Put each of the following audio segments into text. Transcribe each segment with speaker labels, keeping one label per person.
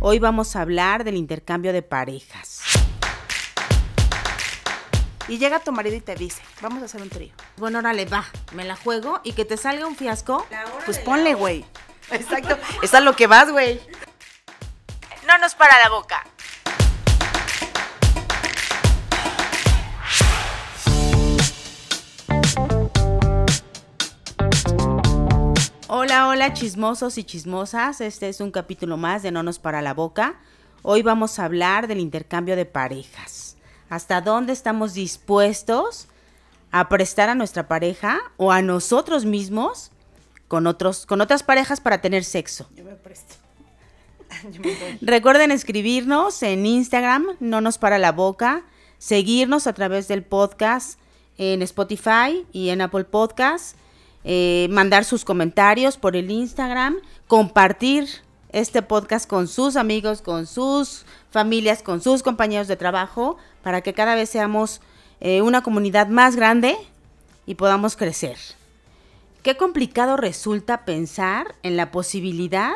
Speaker 1: Hoy vamos a hablar del intercambio de parejas.
Speaker 2: Y llega tu marido y te dice, vamos a hacer un trío.
Speaker 1: Bueno, órale, va, me la juego y que te salga un fiasco.
Speaker 2: Pues ponle, güey. Exacto. es a lo que vas, güey.
Speaker 1: No nos para la boca. Hola, hola chismosos y chismosas. Este es un capítulo más de No nos para la boca. Hoy vamos a hablar del intercambio de parejas. ¿Hasta dónde estamos dispuestos a prestar a nuestra pareja o a nosotros mismos con otros con otras parejas para tener sexo?
Speaker 2: Yo me presto.
Speaker 1: Recuerden escribirnos en Instagram, no nos para la boca, seguirnos a través del podcast en Spotify y en Apple Podcasts. Eh, mandar sus comentarios por el Instagram, compartir este podcast con sus amigos, con sus familias, con sus compañeros de trabajo, para que cada vez seamos eh, una comunidad más grande y podamos crecer. Qué complicado resulta pensar en la posibilidad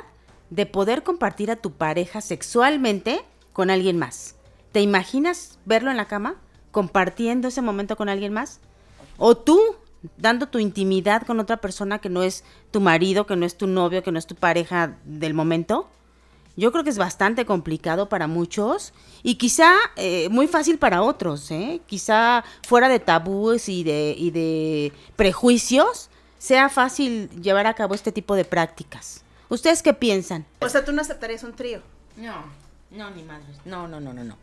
Speaker 1: de poder compartir a tu pareja sexualmente con alguien más. ¿Te imaginas verlo en la cama compartiendo ese momento con alguien más? O tú dando tu intimidad con otra persona que no es tu marido, que no es tu novio, que no es tu pareja del momento. Yo creo que es bastante complicado para muchos y quizá eh, muy fácil para otros, ¿eh? quizá fuera de tabúes y de, y de prejuicios sea fácil llevar a cabo este tipo de prácticas. ¿Ustedes qué piensan?
Speaker 2: O sea, tú no aceptarías un trío.
Speaker 1: No, no, ni madre. No, no, no, no, no.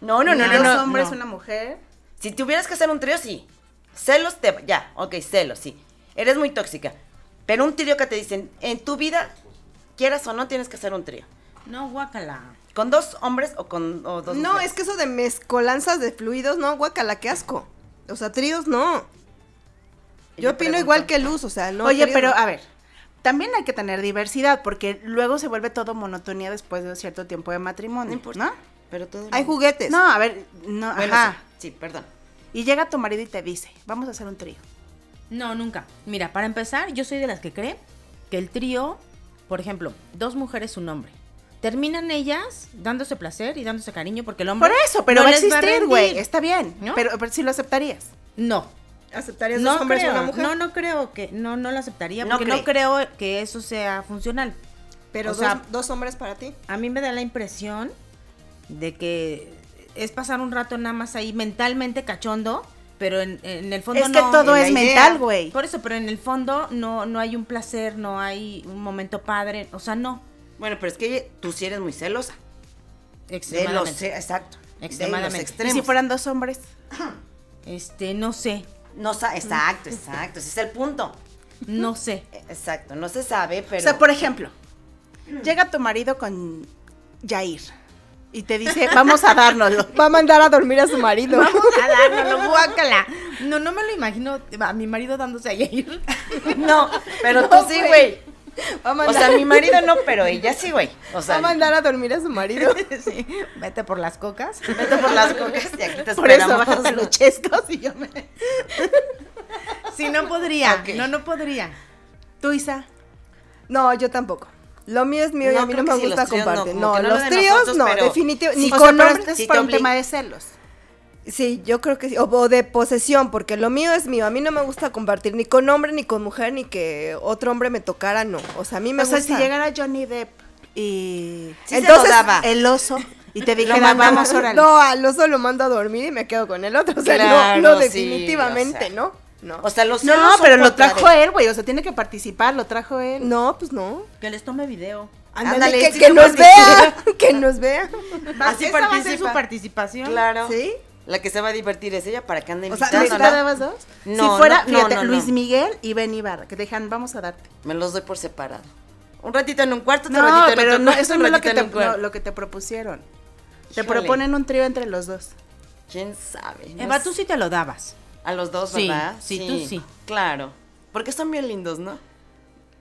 Speaker 2: No, no, no,
Speaker 3: No,
Speaker 2: no. Dos
Speaker 3: no,
Speaker 2: hombres,
Speaker 3: no.
Speaker 2: una mujer.
Speaker 3: Si tuvieras que hacer un trío, sí. Celos te... Ya, ok, celos, sí. Eres muy tóxica. Pero un trío que te dicen, en tu vida, quieras o no, tienes que hacer un trío.
Speaker 1: No, guácala.
Speaker 3: ¿Con dos hombres o con o dos
Speaker 4: No,
Speaker 3: mujeres?
Speaker 4: es que eso de mezcolanzas de fluidos, no, guacala, qué asco. O sea, tríos no.
Speaker 3: Y
Speaker 4: Yo
Speaker 3: me
Speaker 4: opino
Speaker 3: pregunto,
Speaker 4: igual que Luz, o sea, no.
Speaker 2: Oye,
Speaker 4: tríos
Speaker 2: pero
Speaker 4: no.
Speaker 2: a ver, también hay que tener diversidad porque luego se vuelve todo monotonía después de cierto tiempo de matrimonio,
Speaker 3: No
Speaker 2: ¿no?
Speaker 3: importa. Pero todo...
Speaker 4: Hay juguetes.
Speaker 2: No, a ver, no,
Speaker 3: Bueno,
Speaker 2: ajá.
Speaker 3: sí, sí, perdón.
Speaker 2: Y llega tu marido y te dice, vamos a hacer un trío.
Speaker 1: No, nunca. Mira, para empezar, yo soy de las que cree que el trío, por ejemplo, dos mujeres, un hombre, terminan ellas dándose placer y dándose cariño porque el hombre.
Speaker 2: Por eso, pero
Speaker 1: no
Speaker 2: va a
Speaker 1: les a
Speaker 2: existir,
Speaker 1: rendir.
Speaker 2: güey. Está bien.
Speaker 1: ¿No?
Speaker 2: Pero, pero sí lo aceptarías.
Speaker 1: No.
Speaker 4: ¿Aceptarías
Speaker 1: no
Speaker 4: dos hombres
Speaker 1: creo.
Speaker 4: y una mujer?
Speaker 1: No, no creo que. No, no lo aceptaría
Speaker 3: No
Speaker 1: porque no creo que eso sea funcional.
Speaker 4: Pero
Speaker 1: o
Speaker 4: dos,
Speaker 1: sea-
Speaker 4: dos hombres para ti.
Speaker 1: A mí me da la impresión de que es pasar un rato nada más ahí mentalmente cachondo, pero en, en el fondo
Speaker 2: es
Speaker 1: no.
Speaker 2: que todo
Speaker 4: en la
Speaker 2: es
Speaker 4: idea.
Speaker 2: mental, güey.
Speaker 1: Por eso, pero en el fondo no, no hay un placer, no hay un momento padre, o sea, no.
Speaker 3: Bueno, pero es que tú sí eres muy celosa. De los...
Speaker 1: Extremadamente.
Speaker 3: ce- Exacto. De
Speaker 1: Extremadamente.
Speaker 3: los
Speaker 2: Y
Speaker 3: extremos.
Speaker 2: si fueran dos hombres.
Speaker 1: Este, no sé,
Speaker 3: No sa- Exacto, exacto. Ese es el punto.
Speaker 1: no sé.
Speaker 3: Eh, Exacto. No se sabe, pero...
Speaker 2: O sea, por ejemplo, llega tu marido con Jair y te dice, vamos a dárnoslo.
Speaker 4: Va a mandar a dormir a su marido.
Speaker 1: Vamos a dárnoslo, guácala. No, no me lo imagino a mi marido dándose a ir.
Speaker 3: No, pero
Speaker 4: No,
Speaker 3: tú sí, güey.
Speaker 4: Va a
Speaker 3: O sea, mi marido no, pero ella sí, güey. O
Speaker 4: va
Speaker 3: sea,
Speaker 4: a mandar a dormir a su marido.
Speaker 1: Sí, vete por las cocas.
Speaker 3: Vete por las cocas y aquí te
Speaker 2: Por eso
Speaker 3: esperamos.
Speaker 2: bajas los chescos y yo me...
Speaker 1: Sí, no podría.
Speaker 3: Ok.
Speaker 1: No, no podría.
Speaker 2: Tú, Isa.
Speaker 4: No, yo tampoco. Lo mío es mío y
Speaker 3: No,
Speaker 4: a mí no
Speaker 3: creo
Speaker 4: me
Speaker 3: que sí,
Speaker 4: gusta
Speaker 3: los tríos no,
Speaker 4: compartir.
Speaker 3: como
Speaker 4: No,
Speaker 3: que no lo
Speaker 4: los
Speaker 3: de
Speaker 4: tríos
Speaker 3: nosotros,
Speaker 4: no,
Speaker 3: pero-
Speaker 4: definitivamente. Ni
Speaker 2: Sí, o
Speaker 4: con
Speaker 2: sea, pero
Speaker 4: hombres.
Speaker 2: es
Speaker 3: sí
Speaker 2: por
Speaker 3: te
Speaker 2: un
Speaker 3: obliga.
Speaker 2: tema de celos.
Speaker 4: Sí, yo creo que sí. O, o de posesión, porque lo mío es mío. A mí no me gusta compartir ni con hombre, ni con mujer, ni que otro hombre me tocara, no. O sea, a mí me
Speaker 2: o sea,
Speaker 4: gusta.
Speaker 2: si llegara Johnny Depp y...
Speaker 3: Sí se
Speaker 4: Entonces,
Speaker 3: lo daba.
Speaker 2: El oso y te
Speaker 3: Lo
Speaker 2: dijera,
Speaker 3: mandaba.
Speaker 2: vamos, órale.
Speaker 4: No, al oso lo mando a dormir y me quedo con el otro. O sea,
Speaker 3: Claro,
Speaker 4: no, no,
Speaker 3: sí,
Speaker 4: definitivamente,
Speaker 3: o sea.
Speaker 4: ¿no? No.
Speaker 3: O sea, los
Speaker 2: No,
Speaker 3: celos son
Speaker 2: pero lo
Speaker 3: contra
Speaker 2: trajo
Speaker 3: de-
Speaker 2: él, güey. O sea, tiene que participar, lo trajo él.
Speaker 4: no, pues no.
Speaker 1: Que les tome video.
Speaker 4: Ándale,
Speaker 3: Ándale,
Speaker 4: que,
Speaker 3: sí,
Speaker 4: que
Speaker 3: no
Speaker 4: nos
Speaker 3: participa.
Speaker 4: vea, que nos vea.
Speaker 1: Esa
Speaker 3: Así
Speaker 1: va a ser
Speaker 3: participa.
Speaker 1: su participación.
Speaker 3: Claro.
Speaker 4: ¿Sí?
Speaker 3: La que se va a divertir es ella para que anden
Speaker 2: O sea,
Speaker 3: invitando,
Speaker 2: ¿me
Speaker 3: ¿no?
Speaker 2: dabas dos?
Speaker 3: No,
Speaker 2: si fuera,
Speaker 3: no, no,
Speaker 2: fíjate,
Speaker 3: no, no.
Speaker 2: Luis Miguel y Ben Ibarra, que te dijeron, vamos a darte.
Speaker 3: Me los doy por separado. Un ratito en un cuarto, otro
Speaker 2: No,
Speaker 3: ratito en
Speaker 2: pero
Speaker 3: otro
Speaker 2: no,
Speaker 3: cuarto,
Speaker 2: eso
Speaker 3: un
Speaker 2: no es lo
Speaker 3: ratito
Speaker 2: que,
Speaker 3: en
Speaker 2: te,
Speaker 3: un cuarto.
Speaker 2: no, lo que te propusieron. Te
Speaker 3: Híjole,
Speaker 2: proponen un trío entre los dos.
Speaker 3: ¿Quién sabe? No
Speaker 1: Eva,
Speaker 3: sé.
Speaker 1: tú sí te lo dabas.
Speaker 3: A los dos,
Speaker 1: Sí,
Speaker 3: ¿verdad?
Speaker 1: sí, tú sí.
Speaker 3: Claro. Porque son bien lindos, ¿no?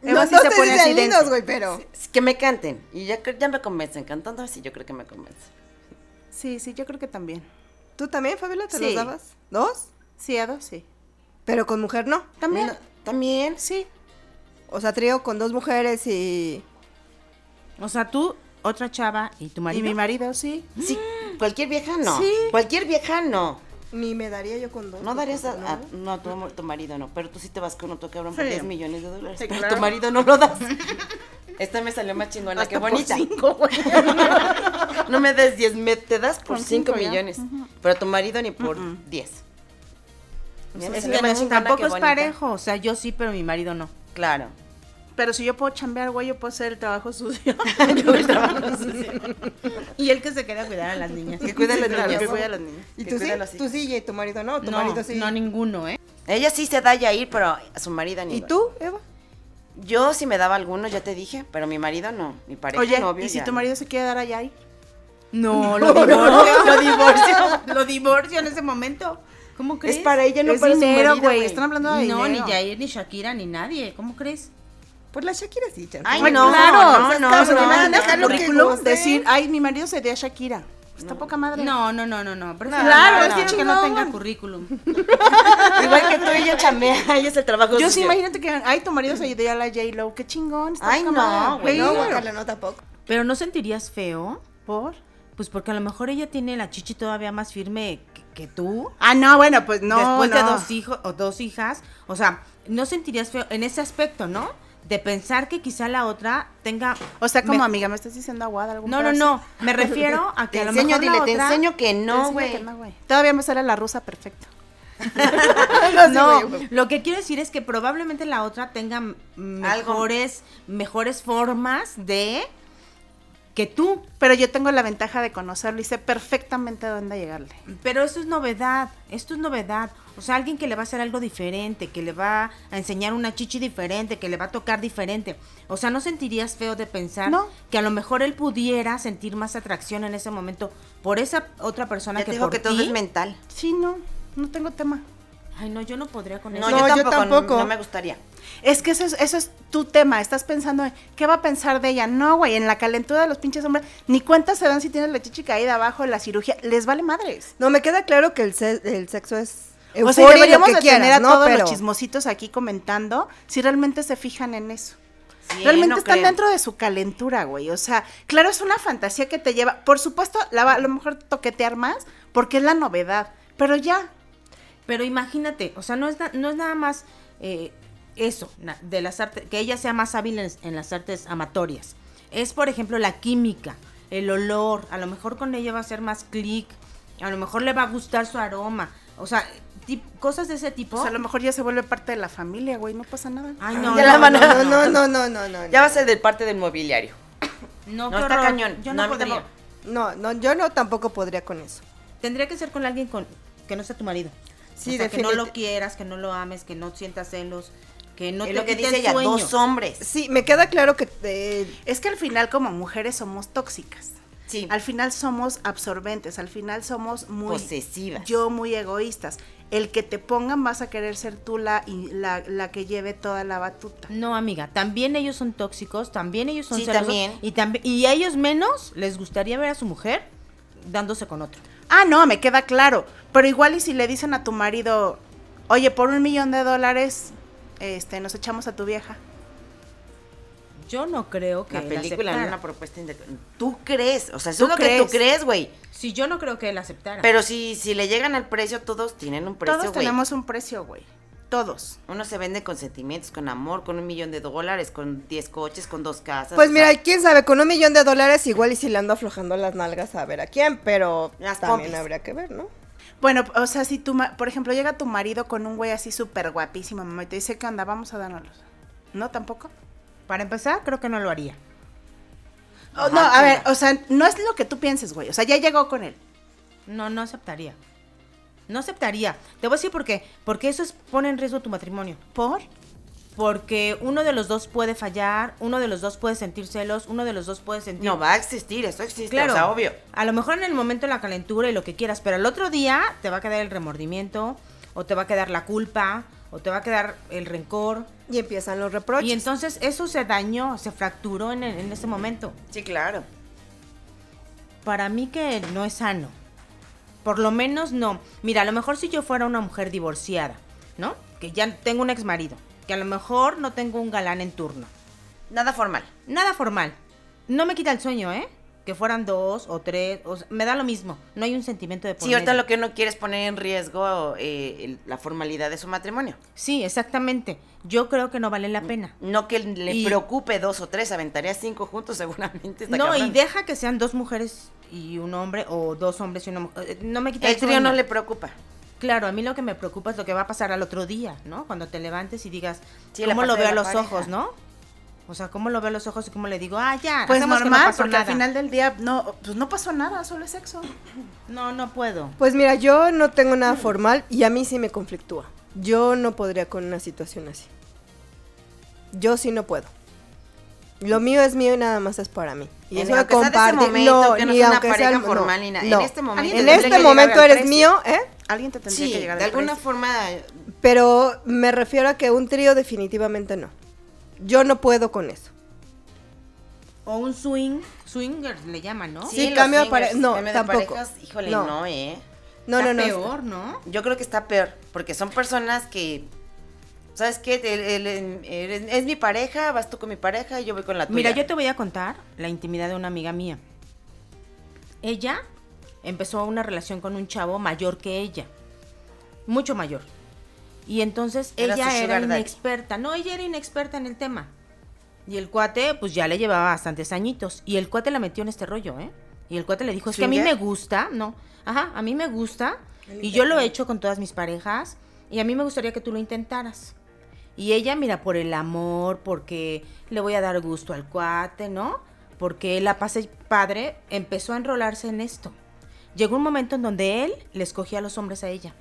Speaker 2: Eva
Speaker 4: no,
Speaker 2: sí
Speaker 4: no
Speaker 2: se
Speaker 4: te
Speaker 2: pone
Speaker 4: dicen
Speaker 2: así densa.
Speaker 4: lindos, güey, pero.
Speaker 3: Es que me canten. Y ya, cre- ya me convencen. Cantando así, yo creo que me convencen.
Speaker 2: Sí, sí, yo creo que también.
Speaker 4: ¿Tú también, Fabiola, te
Speaker 2: Sí.
Speaker 4: los dabas? ¿Dos?
Speaker 2: Sí, a dos, sí.
Speaker 4: Pero con mujer no.
Speaker 2: También.
Speaker 3: No, También.
Speaker 2: Sí.
Speaker 4: O sea, trío con dos mujeres y.
Speaker 1: O sea, tú otra chava y tu marido.
Speaker 2: Y mi marido, sí.
Speaker 3: Sí, cualquier vieja no.
Speaker 2: Mm. Sí.
Speaker 3: Cualquier vieja no.
Speaker 4: Ni me daría yo con dos.
Speaker 3: No darías a,
Speaker 4: ¿no?
Speaker 3: a- no, a tu, tu marido, no. Pero tú sí te vas con otro cabrón por
Speaker 2: Sí.
Speaker 3: 10 millones de dólares.
Speaker 2: Sí,
Speaker 3: pero
Speaker 2: claro.
Speaker 3: tu marido no lo das. Esta me salió más chingona,
Speaker 2: Hasta
Speaker 3: qué
Speaker 2: por
Speaker 3: bonita.
Speaker 2: cinco, güey.
Speaker 3: No me des 10, me, te das por
Speaker 2: Con
Speaker 3: 5
Speaker 2: cinco ya.
Speaker 3: millones. Pero a tu marido ni por 10. Bien,
Speaker 1: Es
Speaker 3: esa
Speaker 1: que
Speaker 3: más
Speaker 1: no,
Speaker 3: chingona,
Speaker 1: tampoco
Speaker 3: qué
Speaker 1: es
Speaker 3: bonita.
Speaker 1: parejo. O sea, yo sí, pero mi marido no.
Speaker 3: Claro.
Speaker 2: Pero si yo puedo chambear, güey, yo puedo hacer el trabajo sucio.
Speaker 1: Y él que se queda a cuidar a las niñas.
Speaker 3: Que cuida a los
Speaker 2: Claro,
Speaker 3: niños.
Speaker 2: que cuida a los niños.
Speaker 4: ¿Y
Speaker 3: que
Speaker 4: tú sí?
Speaker 3: cuida a los
Speaker 4: Tú
Speaker 3: hijos.
Speaker 4: sí, y tu marido no, tu
Speaker 1: no,
Speaker 4: marido sí.
Speaker 1: no ninguno, ¿eh?
Speaker 3: Ella sí se da a ir, pero a su marido ni.
Speaker 4: ¿Y
Speaker 3: va.
Speaker 4: tú, Eva?
Speaker 3: Yo sí me daba algunos, ya te dije, pero mi marido no. Mi pareja,
Speaker 2: Oye,
Speaker 3: novio,
Speaker 2: ¿y si
Speaker 3: ya
Speaker 2: tu
Speaker 3: no.
Speaker 2: marido se quiere dar a Yair?
Speaker 1: No, lo divorcio. lo divorcio. Lo divorcio en ese momento. ¿Cómo crees?
Speaker 3: para ella, no
Speaker 1: es
Speaker 3: para su
Speaker 1: dinero,
Speaker 3: marido,
Speaker 1: güey.
Speaker 3: güey.
Speaker 1: Están hablando de
Speaker 2: No,
Speaker 1: dinero.
Speaker 2: ni
Speaker 1: No, ni Jair, ni Shakira, ni nadie. ¿Cómo crees?
Speaker 4: Por la Pues Shakira sí, Chan.
Speaker 3: Ay,
Speaker 2: Ay,
Speaker 3: no,
Speaker 2: claro,
Speaker 3: no,
Speaker 2: o sea,
Speaker 3: no,
Speaker 2: claro,
Speaker 3: no,
Speaker 2: porque imagínate
Speaker 3: no,
Speaker 2: acá el
Speaker 3: no,
Speaker 2: currículum,
Speaker 4: no sé.
Speaker 2: decir, ay, mi marido sería Shakira. Está poca madre.
Speaker 1: No, no, no, no, no. Pero
Speaker 2: Claro,
Speaker 1: es
Speaker 2: es
Speaker 1: que
Speaker 2: bien
Speaker 1: que no
Speaker 2: chingón.
Speaker 1: tenga currículum.
Speaker 3: Igual que tú, ella chambea, ella es el trabajo
Speaker 2: Yo
Speaker 3: sucio.
Speaker 2: sí, imagínate que, ay, tu marido se dio a la J-Lo, qué chingón. está
Speaker 3: Ay,
Speaker 2: poca
Speaker 3: no,
Speaker 2: madre.
Speaker 3: güey,
Speaker 4: No,
Speaker 3: no.
Speaker 4: guácala, no tampoco.
Speaker 1: Pero ¿no sentirías feo?
Speaker 2: ¿Por?
Speaker 1: Pues porque a lo mejor ella tiene la chichi todavía más firme que, que tú.
Speaker 2: Ah, no, bueno, pues no,
Speaker 1: Después de
Speaker 2: no.
Speaker 1: dos hijos o dos hijas. O sea, ¿no sentirías feo en ese aspecto, no? De pensar que quizá la otra tenga...
Speaker 2: O sea, como
Speaker 1: me-
Speaker 2: amiga, me estás diciendo aguada algún
Speaker 1: No, no,
Speaker 2: pedazo?
Speaker 1: no. Me refiero a que
Speaker 3: Te
Speaker 1: a lo
Speaker 3: enseño,
Speaker 1: mejor
Speaker 3: dile,
Speaker 1: la
Speaker 3: te
Speaker 1: otra-
Speaker 3: enseño que
Speaker 2: Te
Speaker 3: no,
Speaker 2: enseño
Speaker 3: güey.
Speaker 2: que no, güey. Todavía me sale la rusa perfecto.
Speaker 1: No, lo que quiero decir es que probablemente la otra tenga m- mejores, mejores formas de que tú.
Speaker 2: Pero yo tengo la ventaja de conocerlo y sé perfectamente a dónde llegarle.
Speaker 1: Pero esto es novedad, esto es novedad. O sea, alguien que le va a hacer algo diferente, que le va a enseñar una chichi diferente, que le va a tocar diferente. O sea, ¿no sentirías feo de pensar
Speaker 2: No.
Speaker 1: que a lo mejor él pudiera sentir más atracción en ese momento por esa otra persona
Speaker 3: Ya te
Speaker 1: que
Speaker 3: digo
Speaker 1: por
Speaker 3: que todo
Speaker 1: ti?
Speaker 3: es mental.
Speaker 2: Sí, no, no tengo tema.
Speaker 1: Ay, no, yo no podría con
Speaker 3: No,
Speaker 1: eso.
Speaker 3: yo,
Speaker 2: No, yo
Speaker 3: tampoco,
Speaker 2: tampoco.
Speaker 3: No me gustaría.
Speaker 2: Es que eso es, eso es tu tema. Estás pensando en qué va a pensar de ella. No, güey, en la calentura de los pinches hombres. Ni cuentas se dan si tienes la chichi caída abajo de la cirugía. Les vale madres.
Speaker 4: No, me queda claro que el, se- el sexo es
Speaker 2: O
Speaker 4: euforia
Speaker 2: sea,
Speaker 4: y lo
Speaker 2: deberíamos
Speaker 4: que
Speaker 2: de
Speaker 4: quieras,
Speaker 2: tener a
Speaker 4: ¿no?
Speaker 2: todos
Speaker 4: Pero
Speaker 2: los chismositos aquí comentando si realmente se fijan en eso.
Speaker 3: Sí,
Speaker 2: Realmente
Speaker 3: no
Speaker 2: están
Speaker 3: creo.
Speaker 2: dentro de su calentura, güey. O sea, claro, es una fantasía que te lleva. Por supuesto, la va- a lo mejor toquetear más porque es la novedad. Pero ya,
Speaker 1: Pero imagínate, o sea, no es, na- no es nada más eh, eso, na- de las artes, que ella sea más hábil en, en las artes amatorias. Es, por ejemplo, la química, el olor. A lo mejor con ella va a ser más clic, a lo mejor le va a gustar su aroma. O sea, ti- cosas de ese tipo.
Speaker 2: o sea, pues, a lo mejor ya se vuelve parte de la familia, güey. No pasa nada.
Speaker 1: Ay, no,
Speaker 4: Ah, ya
Speaker 1: no,
Speaker 4: la van
Speaker 1: no, no,
Speaker 4: a-
Speaker 1: no,
Speaker 4: no, no, no, no, no, no.
Speaker 3: Ya va a ser del parte del mobiliario.
Speaker 1: no,
Speaker 3: No,
Speaker 1: qué
Speaker 3: está
Speaker 1: horror,
Speaker 3: cañón.
Speaker 1: Yo no,
Speaker 3: a mí
Speaker 1: podría.
Speaker 3: tampoco.
Speaker 4: No, no, yo no tampoco podría con eso.
Speaker 1: Tendría que ser con alguien con, que no sea tu marido.
Speaker 4: Sí,
Speaker 1: o sea, que no
Speaker 4: definit-
Speaker 1: lo quieras, que no lo ames, que no sientas celos, que no
Speaker 3: es
Speaker 1: te
Speaker 3: lo que
Speaker 1: quite
Speaker 3: dice
Speaker 1: el
Speaker 3: ella,
Speaker 1: sueño.
Speaker 3: dos hombres.
Speaker 4: Sí, me queda claro que eh,
Speaker 2: Es que al final como mujeres somos tóxicas.
Speaker 3: Sí.
Speaker 2: Al final somos absorbentes, al final somos muy
Speaker 3: Posesivas.
Speaker 2: Yo muy egoístas. El que te pongan vas a querer ser tú la, y la, la que lleve toda la batuta.
Speaker 1: No, amiga, también ellos son tóxicos, también ellos son
Speaker 3: Sí,
Speaker 1: celosos,
Speaker 3: también.
Speaker 1: y también y a ellos menos les gustaría ver a su mujer dándose con otro.
Speaker 2: Ah, no, me queda claro. Pero igual y si le dicen a tu marido, oye, por un millón de dólares, este, nos echamos a tu vieja.
Speaker 1: Yo no creo que
Speaker 3: La
Speaker 1: él
Speaker 3: película, no
Speaker 1: aceptara.
Speaker 3: una propuesta inde- Tú crees, o sea, eso
Speaker 2: Tú
Speaker 3: es lo que tú
Speaker 2: crees.
Speaker 3: crees, güey.
Speaker 1: Si yo no creo que él aceptara.
Speaker 3: Pero si, si le llegan al precio, todos tienen un precio,
Speaker 2: Todos
Speaker 3: güey.
Speaker 2: tenemos un precio, güey. Todos.
Speaker 3: Uno se vende con sentimientos, con amor, con un millón de dólares, con 10 coches, con dos casas.
Speaker 4: Pues
Speaker 3: o
Speaker 4: mira,
Speaker 3: sea,
Speaker 4: quién sabe, con un millón de dólares igual y si le ando aflojando las nalgas a ver a quién, pero
Speaker 3: Las
Speaker 4: también
Speaker 3: pompis.
Speaker 4: habría que ver, ¿no?
Speaker 2: Bueno, o sea, si tu, ma- por ejemplo, llega tu marido con un güey así súper guapísimo, mamá, y te dice, ¿qué onda? Vamos a dárnoslos. ¿No, tampoco?
Speaker 1: para empezar, creo que no lo haría.
Speaker 2: Oh, no, a ver, o sea, no es lo que tú pienses, güey. O sea, ya llegó con él.
Speaker 1: No, no aceptaría. No aceptaría. Te voy a decir por qué. Porque eso es, pone en riesgo tu matrimonio.
Speaker 2: ¿Por?
Speaker 1: Porque uno de los dos puede fallar, uno de los dos puede sentir celos, uno de los dos puede sentir
Speaker 3: no va a existir, eso existe,
Speaker 1: Claro.
Speaker 3: o sea, obvio.
Speaker 1: A lo mejor en el momento la calentura y lo que quieras, pero al otro día te va a quedar el remordimiento, o te va a quedar la culpa, o te va a quedar el rencor.
Speaker 4: Y empiezan los reproches.
Speaker 1: Y entonces eso se dañó, se fracturó en, el- en ese momento.
Speaker 3: Sí, claro.
Speaker 1: Para mí que no es sano. Por lo menos no. Mira, a lo mejor si yo fuera una mujer divorciada, ¿no? Que ya tengo un ex marido, que a lo mejor no tengo un galán en turno.
Speaker 3: Nada formal.
Speaker 1: Nada formal. No me quita el sueño, ¿eh? Que fueran dos o tres, o sea, me da lo mismo. No hay un sentimiento de por
Speaker 3: Sí, ahorita
Speaker 1: medio.
Speaker 3: lo que no quieres poner en riesgo eh, el- la formalidad de su matrimonio.
Speaker 1: Sí, exactamente. Yo creo que no vale la pena.
Speaker 3: No que le
Speaker 1: Y-
Speaker 3: preocupe dos o tres, aventaría cinco juntos seguramente. está
Speaker 1: No, y
Speaker 3: cabrón.
Speaker 1: deja que sean dos mujeres y un hombre o dos hombres y una mujer. Eh, No me quita el,
Speaker 3: El trío
Speaker 1: sueño.
Speaker 3: no le preocupa.
Speaker 1: Claro, a mí lo que me preocupa es lo que va a pasar al otro día, ¿no? Cuando te levantes y digas,
Speaker 3: Sí, la
Speaker 1: ¿cómo lo
Speaker 3: parte
Speaker 1: veo
Speaker 3: de
Speaker 1: a
Speaker 3: la
Speaker 1: los
Speaker 3: pareja.
Speaker 1: ojos, no? O sea, ¿cómo lo veo a los ojos y cómo le digo, ah, ya,
Speaker 2: Pues
Speaker 1: hacemos que no
Speaker 2: normal,
Speaker 1: pasó
Speaker 2: porque al
Speaker 1: nada"?
Speaker 2: final del día no, pues no pasó nada, solo es sexo.
Speaker 1: No, no puedo.
Speaker 4: Pues mira, yo no tengo nada formal y a mí sí me conflictúa. Yo no podría con una situación así. Yo sí no puedo. Lo mío es mío y nada más es para mí. Y
Speaker 3: Ni
Speaker 4: eso de
Speaker 3: aunque sea de ese
Speaker 4: compartir-
Speaker 3: momento, que no
Speaker 4: ni
Speaker 3: sea una
Speaker 4: aunque sea
Speaker 3: pareja
Speaker 4: el- no,
Speaker 3: formal ni nada. En
Speaker 4: no.
Speaker 3: este momento
Speaker 4: En
Speaker 2: tendría
Speaker 4: este
Speaker 2: que llegar
Speaker 4: momento
Speaker 2: al
Speaker 4: eres
Speaker 2: precio.
Speaker 4: mío, ¿eh?
Speaker 2: Alguien te tendría
Speaker 3: Sí,
Speaker 2: que llegar
Speaker 3: de
Speaker 2: al
Speaker 3: alguna
Speaker 2: precio.
Speaker 3: forma.
Speaker 4: Pero me refiero a que un trío definitivamente no. Yo no puedo con eso.
Speaker 1: O un swing, swingers le llaman, ¿no?
Speaker 4: Sí, cambio de
Speaker 3: los
Speaker 4: pare-
Speaker 3: swingers,
Speaker 4: no,
Speaker 3: cambio de
Speaker 4: tampoco.
Speaker 3: parejas, híjole,
Speaker 4: No.
Speaker 3: no, ¿eh?
Speaker 4: No,
Speaker 1: Está
Speaker 4: no, no.
Speaker 1: peor, ¿no?
Speaker 3: Yo creo que está peor, porque son personas que. ¿Sabes qué? Te- el- el- eres- es mi pareja, vas tú con mi pareja y yo voy con la tuya.
Speaker 1: Mira, yo te voy a contar la intimidad de una amiga mía. Ella empezó una relación con un chavo mayor que ella, mucho mayor. Y entonces
Speaker 3: Era su
Speaker 1: ella era
Speaker 3: sugar daddy.
Speaker 1: inexperta, no, ella era inexperta en el tema. Y el cuate, pues ya le llevaba bastantes añitos. Y el cuate la metió en este rollo, ¿eh? Y el cuate le dijo, es que a mí me
Speaker 3: ¿Swinger?
Speaker 1: gusta, no, ajá, a mí me gusta. Y yo lo he hecho con todas mis parejas. Y a mí me gustaría que tú lo intentaras. Y ella, mira, por el amor, porque le voy a dar gusto al cuate, ¿no? Porque la pase padre empezó a enrolarse en esto. Llegó un momento en donde él le escogía a los hombres a ella.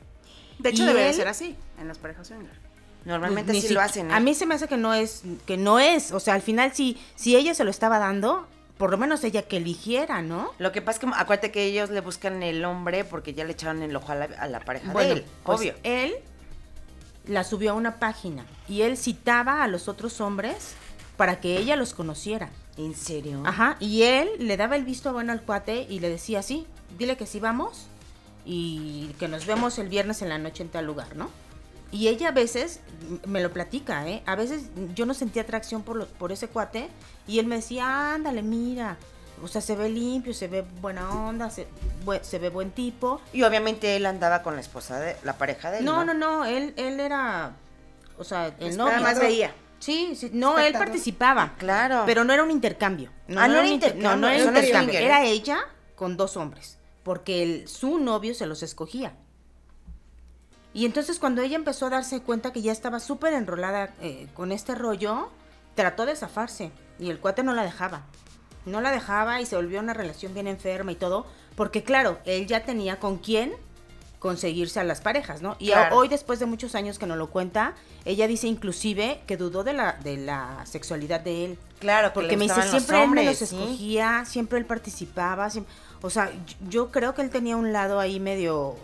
Speaker 2: De hecho,
Speaker 1: ¿Y
Speaker 2: debería
Speaker 1: él?
Speaker 2: ser así en las parejas swinger.
Speaker 3: Normalmente
Speaker 1: Pues Ni
Speaker 3: sí
Speaker 1: si-
Speaker 3: lo hacen, ¿eh?
Speaker 1: A mí se me hace que no es, que no es. O sea, al final si, si ella se lo estaba dando, por lo menos ella que eligiera, ¿no?
Speaker 3: Lo que pasa es que acuérdate que ellos le buscan el hombre porque ya le echaron el ojo a la, a la pareja
Speaker 1: Bueno,
Speaker 3: de él,
Speaker 1: pues,
Speaker 3: obvio.
Speaker 1: Él la subió a una página y él citaba a los otros hombres para que ella los conociera.
Speaker 3: ¿En serio?
Speaker 1: Ajá, y él le daba el visto bueno al cuate y le decía, sí, dile que sí vamos y que nos vemos el viernes en la noche en tal lugar, ¿no? Y ella a veces, m- me lo platica, ¿eh? A veces yo no sentía atracción por, lo- por ese cuate y él me decía, ándale, mira, o sea, se ve limpio, se ve buena onda, se, bue- se ve buen tipo.
Speaker 3: Y obviamente él andaba con la esposa de la pareja de él.
Speaker 1: No,
Speaker 3: No,
Speaker 1: no, no, él, él era, o sea, el novio.
Speaker 3: Nada más veía.
Speaker 1: Sí, sí, no, él
Speaker 4: Espectador.
Speaker 1: participaba.
Speaker 3: Claro.
Speaker 1: Pero no era un intercambio.
Speaker 3: Ah, no era
Speaker 1: un inter-
Speaker 3: intercambio,
Speaker 1: No, no era
Speaker 3: eso no es
Speaker 1: intercambio.
Speaker 3: swinger,
Speaker 1: Era ella con dos hombres. Porque el- su novio se los escogía. Y entonces cuando ella empezó a darse cuenta que ya estaba súper enrolada eh, con este rollo, trató de zafarse. Y el cuate no la dejaba. No la dejaba y se volvió una relación bien enferma y todo. Porque claro, él ya tenía con quién conseguirse a las parejas, ¿no? Y
Speaker 3: Claro.
Speaker 1: hoy, después de muchos años que nos lo cuenta, ella dice inclusive que dudó de la, de la sexualidad de él.
Speaker 3: Claro, que
Speaker 1: Porque
Speaker 3: le
Speaker 1: me dice,
Speaker 3: gustaban los
Speaker 1: siempre él me los
Speaker 3: hombres, sí.
Speaker 1: escogía, siempre él participaba, siempre- o sea, yo, yo creo que él tenía un lado ahí medio,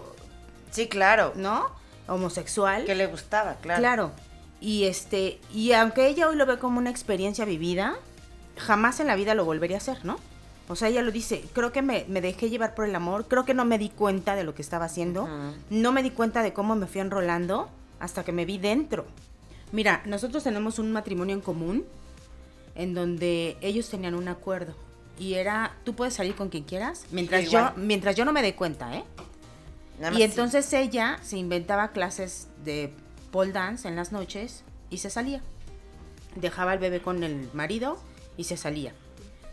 Speaker 3: Sí, claro.
Speaker 1: ¿no? Homosexual.
Speaker 3: Que le gustaba, claro.
Speaker 1: Claro. Y este, y aunque ella hoy lo ve como una experiencia vivida, jamás en la vida lo volvería a hacer, ¿no? O sea, ella lo dice, creo que me, me dejé llevar por el amor, creo que no me di cuenta de lo que estaba haciendo,
Speaker 3: Ujú.
Speaker 1: no me di cuenta de cómo me fui enrolando hasta que me vi dentro. Mira, nosotros tenemos un matrimonio en común en donde ellos tenían un acuerdo y era, tú puedes salir con quien quieras, mientras yo,
Speaker 3: igual.
Speaker 1: mientras yo no me dé cuenta, ¿eh?
Speaker 3: Nada más
Speaker 1: Y entonces ella se inventaba clases de pole dance en las noches y se salía. Dejaba al bebé con el marido y se salía.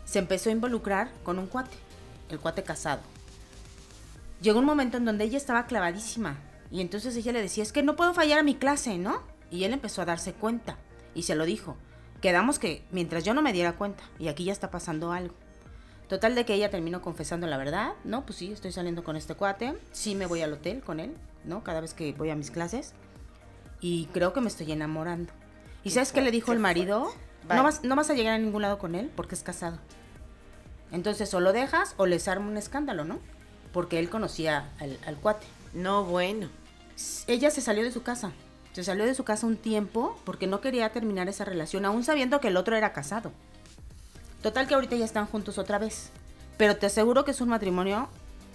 Speaker 1: Se empezó a involucrar con un cuate, el cuate casado. Llegó un momento en donde ella estaba clavadísima y entonces ella le decía, es que no puedo fallar a mi clase, ¿no? Y él empezó a darse cuenta y se lo dijo. Quedamos que mientras yo no me diera cuenta y aquí ya está pasando algo. Total de que ella terminó confesando la verdad, ¿no? Pues sí, estoy saliendo con este cuate, sí me voy al hotel con él, ¿no? Cada vez que voy a mis clases y creo que me estoy enamorando. ¿Y sabes qué le dijo el marido?
Speaker 3: Bye.
Speaker 1: No vas, no vas a llegar a ningún lado con él porque es casado. Entonces o lo dejas o les arma un escándalo, ¿no? Porque él conocía al, al cuate.
Speaker 3: sí. No, bueno.
Speaker 1: Ella se salió de su casa. Se salió de su casa un tiempo porque no quería terminar esa relación, aún sabiendo que el otro era casado. Total que ahorita ya están juntos otra vez. Pero te aseguro que es un matrimonio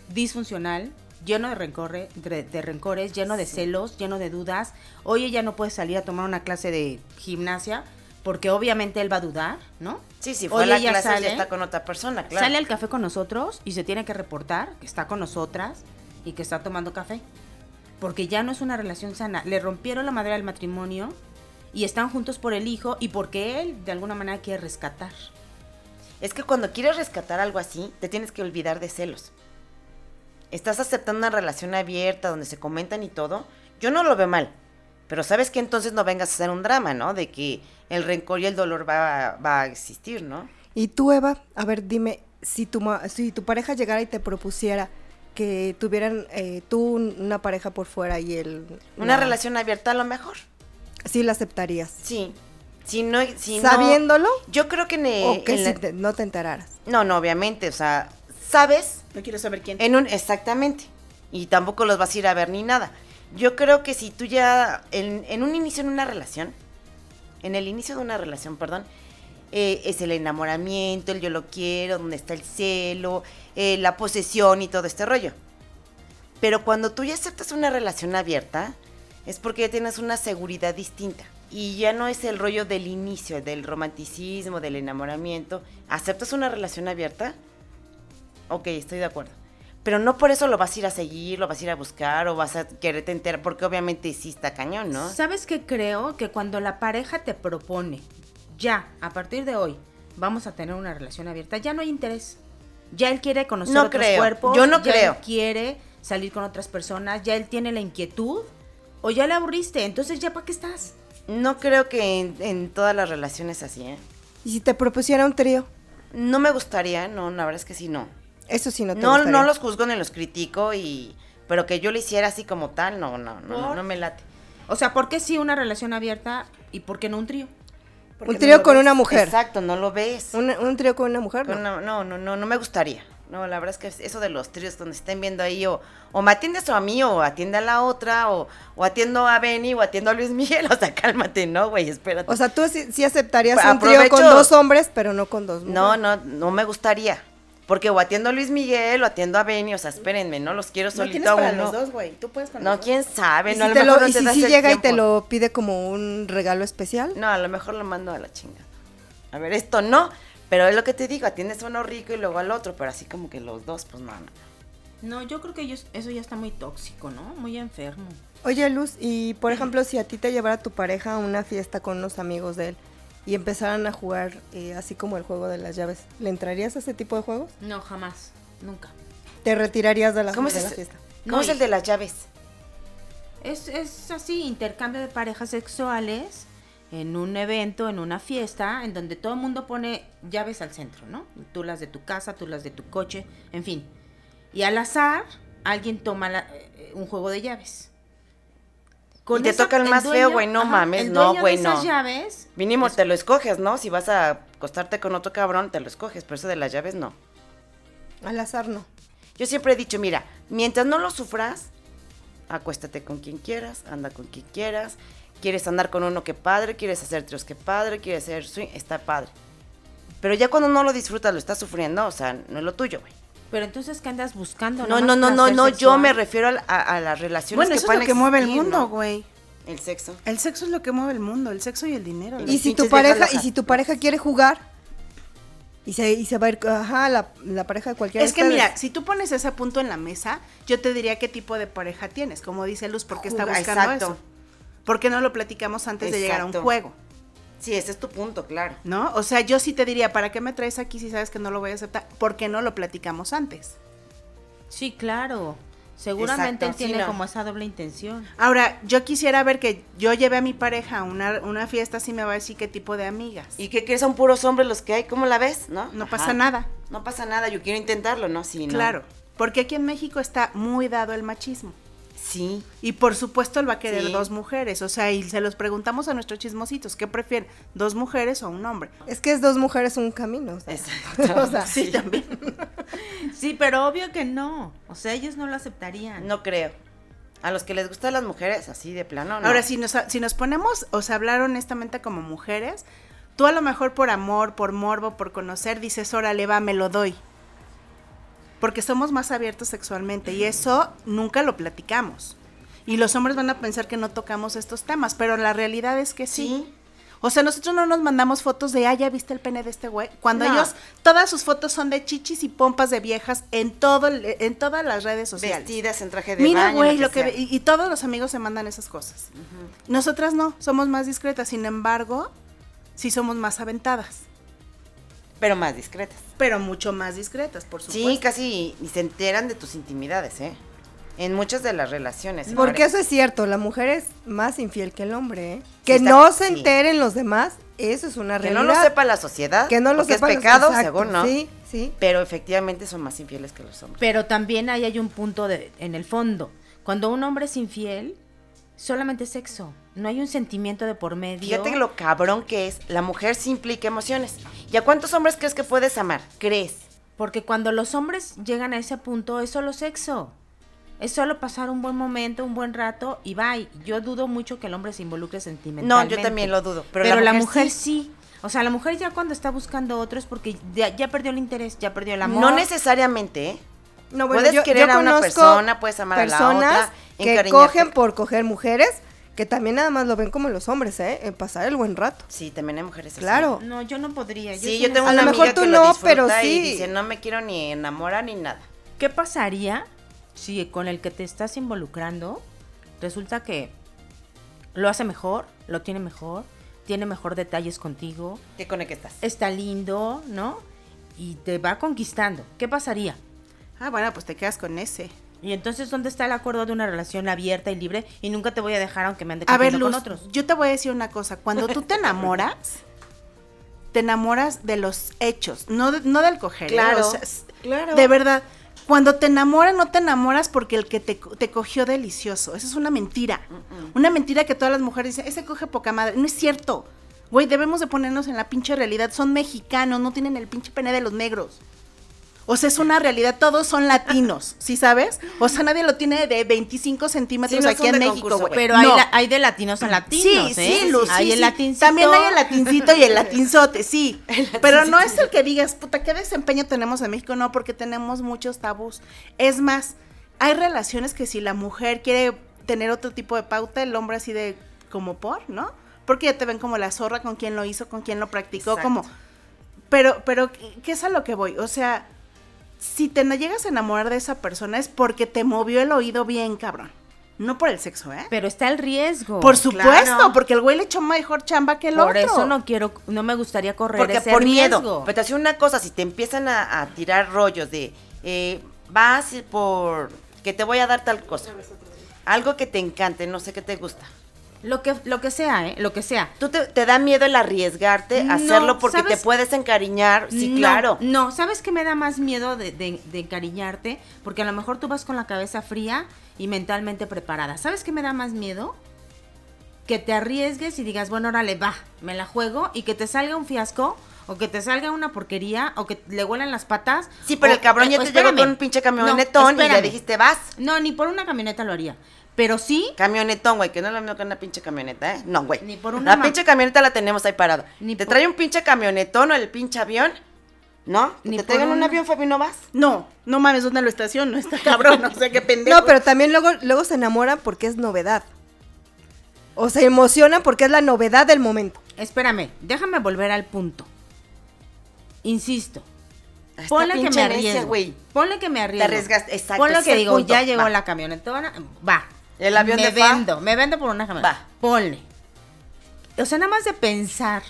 Speaker 1: disfuncional, lleno de, rencorre- de, de rencores, lleno de celos, lleno de dudas. Hoy ella no puede salir a tomar una clase de gimnasia porque obviamente él va a dudar, ¿no?
Speaker 3: Sí, sí,
Speaker 1: Hoy
Speaker 3: fue a la
Speaker 1: ella
Speaker 3: clase
Speaker 1: sale-
Speaker 3: ya está con otra persona, claro.
Speaker 1: Sale al café con nosotros y se tiene que reportar que está con nosotras y que está tomando café. Porque ya no es una relación sana. Le rompieron la madre al matrimonio y están juntos por el hijo y porque él de alguna manera quiere rescatar.
Speaker 3: Es que cuando quieres rescatar algo así, te tienes que olvidar de celos. Estás aceptando una relación abierta donde se comentan y todo. Yo no lo veo mal. Pero sabes que entonces no vengas a hacer un drama, ¿no? De que el rencor y el dolor va, a- va a existir, ¿no?
Speaker 4: Y tú, Eva, a ver, dime, si tu, ma- si tu pareja llegara y te propusiera que tuvieran eh, tú un- una pareja por fuera y él...
Speaker 3: Una
Speaker 4: no,
Speaker 3: relación abierta a lo mejor.
Speaker 4: Sí la aceptarías.
Speaker 3: Sí. Si no, si no-
Speaker 4: ¿Sabiéndolo?
Speaker 3: yo creo que en, eh,
Speaker 4: o que
Speaker 3: en
Speaker 4: si
Speaker 3: la-
Speaker 4: te- no te enteraras.
Speaker 3: No, no, obviamente, o sea, sabes
Speaker 2: No quiero saber quién.
Speaker 3: En un, exactamente. Y tampoco los vas a ir a ver ni nada. Yo creo que si tú ya, en, en un inicio, en una relación, en el inicio de una relación, perdón, eh, es el enamoramiento, el yo lo quiero, donde está el celo, eh, la posesión y todo este rollo. Pero cuando tú ya aceptas una relación abierta, es porque ya tienes una seguridad distinta. Y ya no es el rollo del inicio, del romanticismo, del enamoramiento. Aceptas una relación abierta, ok, estoy de acuerdo. Pero no por eso lo vas a ir a seguir, lo vas a ir a buscar o vas a quererte enterar, porque obviamente sí está cañón, ¿no?
Speaker 1: ¿Sabes qué creo? Que cuando la pareja te propone, ya, a partir de hoy, vamos a tener una relación abierta, ya no hay interés. Ya él quiere conocer
Speaker 3: No
Speaker 1: otros
Speaker 3: creo.
Speaker 1: cuerpos.
Speaker 3: Yo no
Speaker 1: ya
Speaker 3: creo.
Speaker 1: Él quiere salir con otras personas, ya él tiene la inquietud o ya le aburriste. Entonces, ¿ya para qué estás?
Speaker 3: No creo que en, en todas las relaciones así, ¿eh?
Speaker 4: Y si te propusiera un trío,
Speaker 3: No me gustaría, no, la verdad es que sí, no.
Speaker 4: eso sí no te
Speaker 3: No, no,
Speaker 4: gustaría.
Speaker 3: los juzgo ni los critico y... Pero que yo lo hiciera así como tal, no, no, no, no,
Speaker 1: ¿Por?
Speaker 3: no me late.
Speaker 1: O sea, ¿por qué sí una relación abierta y por qué no un trío?
Speaker 2: Porque
Speaker 4: Un
Speaker 2: no
Speaker 4: trío
Speaker 2: lo
Speaker 4: con
Speaker 2: ves.
Speaker 4: una mujer.
Speaker 3: Exacto, no lo ves.
Speaker 4: Una- un trío con una mujer,
Speaker 3: Con
Speaker 4: no.
Speaker 3: una- no, no, no, no me gustaría. No, la verdad es que eso de los tríos donde estén viendo ahí, o, o me atiendes a mí, o atiende a la otra, o, o atiendo a Benny, o atiendo a Luis Miguel, o sea, cálmate, no, güey, espérate.
Speaker 4: O sea, tú sí, sí aceptarías
Speaker 3: Pues,
Speaker 4: un trío con
Speaker 3: aprovecho.
Speaker 4: dos hombres, pero no con dos mujeres.
Speaker 3: no, no, no me gustaría. Porque o atiendo a Luis Miguel, o atiendo a Benny, o sea, espérenme, no los quiero
Speaker 2: No
Speaker 3: solito
Speaker 2: tienes
Speaker 3: a
Speaker 2: para
Speaker 3: uno.
Speaker 2: los dos, güey. Tú puedes con
Speaker 3: No,
Speaker 2: los dos.
Speaker 3: quién sabe,
Speaker 4: ¿Y
Speaker 3: no, a
Speaker 4: si,
Speaker 3: lo
Speaker 4: te lo-
Speaker 3: mejor no
Speaker 4: y
Speaker 3: te
Speaker 4: si
Speaker 3: das
Speaker 4: sí
Speaker 3: el
Speaker 4: llega y te
Speaker 3: tiempo.
Speaker 4: lo pide como un regalo especial?
Speaker 3: No, a lo mejor lo mando a la chinga. A ver, esto no, pero es lo que te digo, atiendes a uno rico y luego al otro, pero así como que los dos, pues no, no.
Speaker 1: No, yo creo que ellos- eso ya está muy tóxico, ¿no? Muy enfermo.
Speaker 4: Oye, Luz, y por ejemplo, si a ti te llevara tu pareja a una fiesta con unos amigos de él y empezaran a jugar eh, así como el juego de las llaves, ¿le entrarías a ese tipo de juegos?
Speaker 1: No, jamás. Nunca.
Speaker 4: ¿Te retirarías de la,
Speaker 3: ¿Cómo es,
Speaker 4: de la
Speaker 3: este-
Speaker 4: fiesta?
Speaker 3: ¿Cómo
Speaker 1: No,
Speaker 3: es el
Speaker 1: y-
Speaker 3: de las llaves?
Speaker 1: Es, es así, intercambio de parejas sexuales en un evento, en una fiesta, en donde todo el mundo pone llaves al centro, ¿no? Tú las de tu casa, tú las de tu coche, en fin. Y al azar, alguien toma la- eh, un juego de llaves.
Speaker 3: Y te toca el más feo, güey, no mames,
Speaker 1: el
Speaker 3: no,
Speaker 1: dueño de
Speaker 3: güey,
Speaker 1: esas
Speaker 3: no.
Speaker 1: llaves
Speaker 3: Mínimo te lo escoges, ¿no? Si vas a acostarte con otro cabrón, te lo escoges, pero eso de las llaves no.
Speaker 4: Al azar no.
Speaker 3: Yo siempre he dicho, mira, mientras no lo sufras, acuéstate con quien quieras, anda con quien quieras, quieres andar con uno que padre, quieres hacer tríos que padre, quieres hacer swing, está padre. Pero ya cuando no lo disfrutas, lo estás sufriendo, o sea, no es lo tuyo, güey.
Speaker 1: Pero entonces, ¿qué andas buscando?
Speaker 3: No,
Speaker 1: Nomás
Speaker 3: no, no, no,
Speaker 1: placer
Speaker 3: no, yo
Speaker 1: sexual.
Speaker 3: me refiero al- a, a las relaciones
Speaker 2: Bueno,
Speaker 3: que
Speaker 2: eso es
Speaker 3: puedan
Speaker 2: lo que mueve el
Speaker 3: existir,
Speaker 2: mundo,
Speaker 3: ¿no?
Speaker 2: güey.
Speaker 3: El sexo.
Speaker 2: El sexo es lo que mueve el mundo, el sexo y el dinero.
Speaker 3: Y
Speaker 2: güey.
Speaker 4: Y
Speaker 3: las
Speaker 4: si tu
Speaker 3: pinches viejas
Speaker 4: pareja, y
Speaker 3: locas.
Speaker 4: si tu pareja quiere jugar y se, y se va a ir, ajá, la, la pareja de cualquiera
Speaker 2: Es
Speaker 4: de
Speaker 2: que
Speaker 4: ustedes.
Speaker 2: mira, si tú pones ese punto en la mesa, yo te diría qué tipo de pareja tienes, como dice Luz, porque está
Speaker 3: Juga-
Speaker 2: buscando
Speaker 3: exacto.
Speaker 2: eso. ¿Por qué no lo platicamos antes de llegar a un
Speaker 3: Exacto.
Speaker 2: juego?
Speaker 3: Sí, ese es tu punto, claro.
Speaker 2: ¿No? O sea, yo sí te diría, ¿para qué me traes aquí si sabes que no lo voy a aceptar? ¿Por qué no lo platicamos antes?
Speaker 1: Sí, claro. Seguramente
Speaker 3: Exacto,
Speaker 1: él
Speaker 3: sí,
Speaker 1: tiene
Speaker 3: no.
Speaker 1: como esa doble intención.
Speaker 2: Ahora, yo quisiera ver que yo lleve a mi pareja a una, una fiesta, si me va a decir qué tipo de amigas.
Speaker 3: ¿Y qué crees? Son puros hombres los que hay. ¿Cómo la ves? No,
Speaker 2: no
Speaker 3: Ajá.
Speaker 2: pasa nada.
Speaker 3: No pasa nada, yo quiero intentarlo, ¿no? Sí, no.
Speaker 2: Claro. Porque aquí en México está muy dado el machismo.
Speaker 3: Sí.
Speaker 2: Y por supuesto él va a querer
Speaker 3: Sí.
Speaker 2: dos mujeres. O sea, y se los preguntamos a nuestros chismositos, ¿qué prefieren? ¿Dos mujeres o un hombre?
Speaker 4: Es que es dos mujeres un camino. o sea.
Speaker 3: Exacto.
Speaker 4: O sea,
Speaker 3: sí, también.
Speaker 1: Sí, pero obvio que no. O sea, ellos no lo aceptarían.
Speaker 3: No creo. A los que les gustan las mujeres, así de plano, ¿no?
Speaker 2: Ahora, si nos, si nos ponemos, o sea, hablar honestamente como mujeres, tú a lo mejor por amor, por morbo, por conocer, dices, órale, va, me lo doy. Porque somos más abiertos sexualmente y eso nunca lo platicamos. Y los hombres van a pensar que no tocamos estos temas, pero la realidad es que sí.
Speaker 3: Sí.
Speaker 2: O sea, nosotros no nos mandamos fotos de, ah, ya viste el pene de este güey. Cuando
Speaker 3: No.
Speaker 2: ellos, todas sus fotos son de chichis y pompas de viejas en todo el- en todas las redes sociales.
Speaker 3: Vestidas en traje de
Speaker 2: Mira,
Speaker 3: baño,
Speaker 2: güey, lo que
Speaker 3: sea.
Speaker 2: ve- y, y todos los amigos se mandan esas cosas. Nosotras no, somos más discretas, sin embargo, sí somos más aventadas,
Speaker 3: Pero más discretas.
Speaker 2: pero mucho más discretas, por supuesto.
Speaker 3: Sí, casi ni se enteran de tus intimidades, ¿eh? En muchas de las relaciones. ¿eh?
Speaker 4: Porque eso es cierto, la mujer es más infiel que el hombre, ¿eh? Que
Speaker 3: está-
Speaker 4: no se
Speaker 3: sí.
Speaker 4: enteren los demás, eso es una
Speaker 3: Que
Speaker 4: realidad.
Speaker 3: no lo sepa la sociedad.
Speaker 4: Que no lo
Speaker 3: porque
Speaker 4: sepa
Speaker 3: es
Speaker 4: los-
Speaker 3: pecado,
Speaker 4: exacto,
Speaker 3: según, ¿no?
Speaker 4: Sí, sí.
Speaker 3: Pero efectivamente son más infieles que los hombres.
Speaker 1: Pero también ahí hay un punto de, en el fondo. Cuando un hombre es infiel, solamente es sexo. No hay un sentimiento de por medio.
Speaker 3: Fíjate lo cabrón que es. La mujer sí implica emociones. ¿Y a cuántos hombres crees que puedes amar? ¿Crees?
Speaker 1: Porque cuando los hombres llegan a ese punto, es solo sexo. Es solo pasar un buen momento, un buen rato y bye. Yo dudo mucho que el hombre se involucre sentimentalmente.
Speaker 3: No, yo también lo dudo, pero
Speaker 1: Pero, la,
Speaker 3: la mujer
Speaker 1: mujer, sí. O sea, la mujer ya cuando está buscando otro es porque ya, ya perdió el interés, ya perdió el amor.
Speaker 3: No necesariamente, ¿eh?
Speaker 4: No,
Speaker 3: Puedes querer a una
Speaker 4: conozco
Speaker 3: persona, puedes amar a la otra,
Speaker 4: personas que
Speaker 3: encariñarte.
Speaker 4: cogen por coger mujeres, que también nada más lo ven como los hombres, ¿eh? El pasar el buen rato.
Speaker 3: Sí, también hay mujeres así.
Speaker 4: Claro.
Speaker 1: No, yo no podría.
Speaker 3: Sí,
Speaker 1: sí
Speaker 3: yo tengo
Speaker 4: A
Speaker 3: una
Speaker 4: lo
Speaker 1: necesito-
Speaker 4: mejor
Speaker 3: amiga
Speaker 4: tú
Speaker 3: que
Speaker 4: no,
Speaker 3: lo disfruta
Speaker 4: pero
Speaker 3: y
Speaker 4: sí.
Speaker 3: dice, no me quiero ni enamorar ni nada.
Speaker 1: ¿Qué pasaría si con el que te estás involucrando resulta que lo hace mejor, lo tiene mejor, tiene mejor detalles contigo,
Speaker 3: ¿Qué con el que estás?
Speaker 1: está lindo, ¿no? Y te va conquistando. ¿Qué pasaría?
Speaker 2: Ah, bueno, pues te quedas con ese.
Speaker 1: Y entonces, ¿dónde está el acuerdo de una relación abierta y libre? Y nunca te voy a dejar aunque me ande
Speaker 2: A ver,
Speaker 1: cogiendo
Speaker 2: Luz,
Speaker 1: con otros.
Speaker 2: yo te voy a decir una cosa. Cuando tú te enamoras, te enamoras de los hechos, no, de- no del coger. ¿eh?
Speaker 3: Claro,
Speaker 2: O sea, s-
Speaker 3: claro.
Speaker 2: De verdad, cuando te enamoras, no te enamoras porque el que te, co- te cogió delicioso. Esa es una mentira. Una mentira que todas las mujeres dicen, ese coge poca madre. No es cierto. Güey, debemos de ponernos en la pinche realidad. Son mexicanos, no tienen el pinche pene de los negros. O sea, es una realidad, todos son latinos, ¿sí sabes? O sea, nadie lo tiene de 25 centímetros
Speaker 3: no
Speaker 2: aquí
Speaker 3: son
Speaker 2: en
Speaker 3: de
Speaker 2: México,
Speaker 3: concurso,
Speaker 2: güey.
Speaker 3: güey.
Speaker 1: Pero hay,
Speaker 2: Pues, No.
Speaker 1: la- hay de latinos a latinos,
Speaker 2: Sí,
Speaker 1: ¿eh?
Speaker 2: sí, Luz,
Speaker 1: Hay
Speaker 2: sí,
Speaker 1: el
Speaker 2: sí.
Speaker 1: latincito.
Speaker 2: También hay el latincito y el latinzote, sí. Pero no es el que digas, puta, ¿qué desempeño tenemos en México? No, porque tenemos muchos tabús. Es más, hay relaciones que si la mujer quiere tener otro tipo de pauta, el hombre así de como por, ¿no? Porque ya te ven como la zorra, con quién lo hizo, con quién lo practicó,
Speaker 3: Exacto.
Speaker 2: como... Pero, pero, ¿qué es a lo que voy? O sea, si te na- llegas a enamorar de esa persona es porque te movió el oído bien, cabrón. No por el sexo, ¿eh?
Speaker 1: Pero está el riesgo.
Speaker 2: Por supuesto,
Speaker 3: Claro.
Speaker 2: porque el güey le echó mejor chamba que el
Speaker 1: Por
Speaker 2: otro.
Speaker 1: eso no quiero, no me gustaría correr
Speaker 3: Porque
Speaker 1: ese
Speaker 3: por
Speaker 1: riesgo.
Speaker 3: miedo. Pero te hace una cosa, si te empiezan a, a tirar rollos de eh, vas por que te voy a dar tal cosa. Algo que te encante, no sé qué te gusta.
Speaker 1: Lo que, lo que sea, ¿eh? Lo que sea.
Speaker 3: ¿Tú te, te da miedo el arriesgarte a
Speaker 1: No,
Speaker 3: hacerlo porque
Speaker 1: ¿sabes?
Speaker 3: te puedes encariñar? Sí,
Speaker 1: No,
Speaker 3: claro.
Speaker 1: No, ¿sabes qué me da más miedo de, de- de encariñarte? Porque a lo mejor tú vas con la cabeza fría y mentalmente preparada. ¿Sabes qué me da más miedo? Que te arriesgues y digas, bueno, órale, va, me la juego y que te salga un fiasco o que te salga una porquería o que le huelan las patas.
Speaker 3: Sí, pero
Speaker 1: o-
Speaker 3: el cabrón ya
Speaker 1: o-
Speaker 3: te llegó
Speaker 1: espérame.
Speaker 3: con un pinche
Speaker 1: No,
Speaker 3: camionetón y le
Speaker 1: espérame.
Speaker 3: dijiste, vas.
Speaker 1: No, ni por una camioneta lo haría. Pero sí,
Speaker 3: Camionetón, güey, que no es lo mismo que una pinche camioneta, ¿eh? No, güey.
Speaker 1: Ni por una
Speaker 3: La
Speaker 1: ma-
Speaker 3: pinche camioneta la tenemos ahí parada.
Speaker 1: Ni
Speaker 3: ¿Te
Speaker 1: por-
Speaker 3: trae un pinche camionetón o el pinche avión? ¿No?
Speaker 1: Ni
Speaker 3: ¿Te
Speaker 1: por
Speaker 3: traigan un
Speaker 1: una-
Speaker 3: avión, Fabi, no vas?
Speaker 2: No, no mames, ¿dónde lo estaciono? Está cabrón, o sea, qué pendejo.
Speaker 4: No, pero también luego, luego se enamoran porque es novedad. O se emocionan porque es la novedad del momento.
Speaker 1: espérame, déjame volver al punto. Insisto,
Speaker 3: Esta
Speaker 1: Ponle que me
Speaker 3: pinche necia,
Speaker 1: arriesgo.
Speaker 3: güey.
Speaker 1: Ponle que me arriesgo.
Speaker 3: Te arriesgaste, exacto,
Speaker 1: Ponle
Speaker 3: ese
Speaker 1: que
Speaker 3: es el
Speaker 1: digo,
Speaker 3: punto.
Speaker 1: ya llegó
Speaker 3: Va.
Speaker 1: la camionetona, va.
Speaker 3: El avión
Speaker 1: me
Speaker 3: de fa.
Speaker 1: vendo, me vendo por una camioneta.
Speaker 3: Va.
Speaker 1: Ponle. O sea, nada más de pensar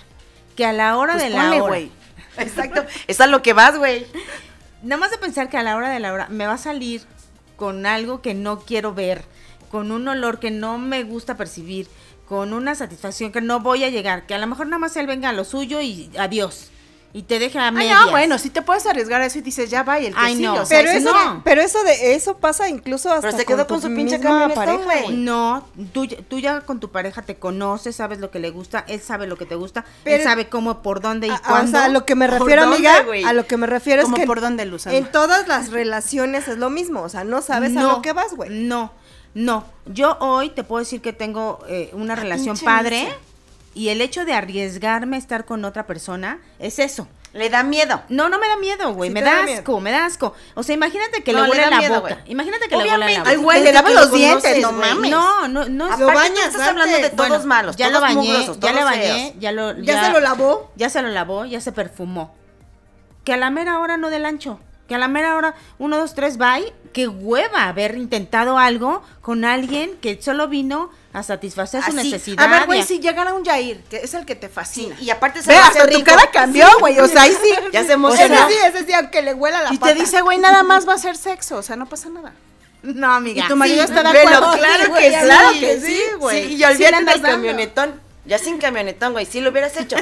Speaker 1: que a la hora
Speaker 2: Pues
Speaker 1: de
Speaker 2: ponle,
Speaker 1: la hora,
Speaker 2: güey.
Speaker 3: Exacto. es a lo que vas, güey.
Speaker 1: nada más de pensar que a la hora de la hora me va a salir con algo que no quiero ver, con un olor que no me gusta percibir, con una satisfacción que no voy a llegar, que a lo mejor nada más él venga a lo suyo y adiós y te
Speaker 3: Ah,
Speaker 1: deja a
Speaker 2: Ay,
Speaker 1: medias.
Speaker 2: no, bueno, si te puedes arriesgar a eso y dices, ya va, y el que
Speaker 1: Ay,
Speaker 2: sigue,
Speaker 1: no.
Speaker 2: o sea,
Speaker 4: Pero
Speaker 2: si
Speaker 4: eso,
Speaker 1: no.
Speaker 4: pero eso de eso pasa incluso hasta
Speaker 3: se quedó
Speaker 4: tu
Speaker 3: con su pinche
Speaker 4: misma
Speaker 3: camionetón,
Speaker 4: pareja,
Speaker 3: güey.
Speaker 4: güey.
Speaker 1: No, tú, ya- tú ya con tu pareja te conoces, sabes lo que le gusta, él sabe lo que te gusta, él
Speaker 4: Pero-
Speaker 1: sabe cómo, por dónde y
Speaker 4: Ah, ah, O
Speaker 1: cuándo.
Speaker 4: sea, a lo que me
Speaker 3: ¿Por
Speaker 4: refiero,
Speaker 3: dónde,
Speaker 4: amiga,
Speaker 3: güey?
Speaker 4: a lo que me refiero es
Speaker 2: ¿Cómo
Speaker 4: que
Speaker 2: por dónde, Luz, anda?
Speaker 4: en todas las relaciones es lo mismo, o sea, no sabes a lo que vas, güey.
Speaker 1: No, no. Yo hoy te puedo decir que tengo eh,
Speaker 4: Ah,
Speaker 1: una relación
Speaker 3: pinche
Speaker 1: padre
Speaker 3: necia.
Speaker 1: y el hecho de arriesgarme a estar con otra persona es eso.
Speaker 3: Le da miedo.
Speaker 1: No, no me da miedo, güey.
Speaker 4: Sí
Speaker 1: me
Speaker 4: te da
Speaker 1: da
Speaker 4: miedo.
Speaker 1: asco, me da asco. O sea, imagínate que
Speaker 3: No,
Speaker 1: le
Speaker 3: le
Speaker 1: huele
Speaker 3: da
Speaker 1: la
Speaker 3: miedo,
Speaker 1: boca.
Speaker 3: güey.
Speaker 1: Imagínate que le huele la boca.
Speaker 2: Ay, güey, le
Speaker 3: Gente
Speaker 2: lava
Speaker 3: que
Speaker 2: los
Speaker 3: lo
Speaker 2: dientes,
Speaker 3: conoces,
Speaker 2: no
Speaker 3: güey.
Speaker 2: mames.
Speaker 1: No, no, no.
Speaker 3: Aparte,
Speaker 1: aparte-
Speaker 3: tú estás hablando de todos malos,
Speaker 1: ya
Speaker 3: todos
Speaker 1: lo bañé,
Speaker 3: mugrosos,
Speaker 1: ya
Speaker 3: todos
Speaker 1: le bañé,
Speaker 3: feos.
Speaker 1: ya lo
Speaker 4: ¿Ya se lo lavó?
Speaker 1: Ya se lo lavó, ya se perfumó. Que a la mera hora no del ancho. Que a la mera hora, uno, dos, tres, bye. Qué hueva haber intentado algo con alguien que solo vino a satisfacer su
Speaker 3: Así.
Speaker 1: necesidad.
Speaker 2: A ver,
Speaker 1: y
Speaker 2: güey,
Speaker 1: a-
Speaker 2: si llegara un Jair, que es el que te
Speaker 3: Sí,
Speaker 2: fascina.
Speaker 3: y aparte se
Speaker 2: Ve,
Speaker 3: le hace
Speaker 2: hasta tu
Speaker 3: rico.
Speaker 2: cara cambió, güey. O sea, ahí sí.
Speaker 3: Ya se
Speaker 4: Ese
Speaker 3: emocionó.
Speaker 4: sí, ese sí, aunque le huela la
Speaker 2: Y
Speaker 4: pata.
Speaker 2: te dice, güey, nada más va a ser sexo. O sea, no pasa nada.
Speaker 1: No, amiga.
Speaker 2: Y tu marido
Speaker 1: sí.
Speaker 2: está de
Speaker 3: Velo,
Speaker 2: acuerdo.
Speaker 3: claro
Speaker 2: güey,
Speaker 3: que sí,
Speaker 2: claro que sí, güey.
Speaker 3: Sí,
Speaker 2: Sí
Speaker 3: y olvídate
Speaker 2: le andas
Speaker 3: del
Speaker 2: dando.
Speaker 3: camionetón. Ya sin camionetón, güey, sí lo hubieras hecho.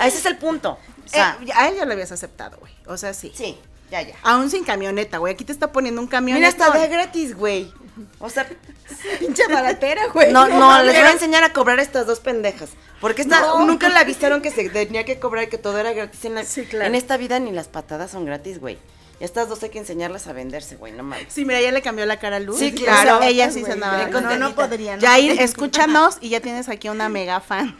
Speaker 3: Ese es el punto. O sea,
Speaker 2: Eh, a él ya lo habías aceptado, güey. O sea, sí.
Speaker 3: sí, ya, ya.
Speaker 2: Aún sin camioneta, güey. Aquí te está poniendo un camión.
Speaker 3: Mira, hasta de gratis, güey. O sea,
Speaker 4: pinche baratera, güey.
Speaker 3: no, no, les voy a
Speaker 4: mames.
Speaker 3: enseñar a cobrar a estas dos pendejas. Porque esta,
Speaker 4: No.
Speaker 3: nunca le avisaron que se tenía que cobrar y que todo era gratis. En, la-
Speaker 2: Sí, claro.
Speaker 3: en esta vida ni las patadas son gratis, güey. Y a estas dos hay que enseñarlas a venderse, güey, no mames.
Speaker 2: Sí, mira, ya le cambió la cara a Luz.
Speaker 3: Sí, claro.
Speaker 2: O sea, ella sí se
Speaker 3: Güey,
Speaker 2: andaba.
Speaker 3: bien contenta.
Speaker 1: podría, no.
Speaker 2: Jair, escúchanos y ya tienes aquí una mega fan.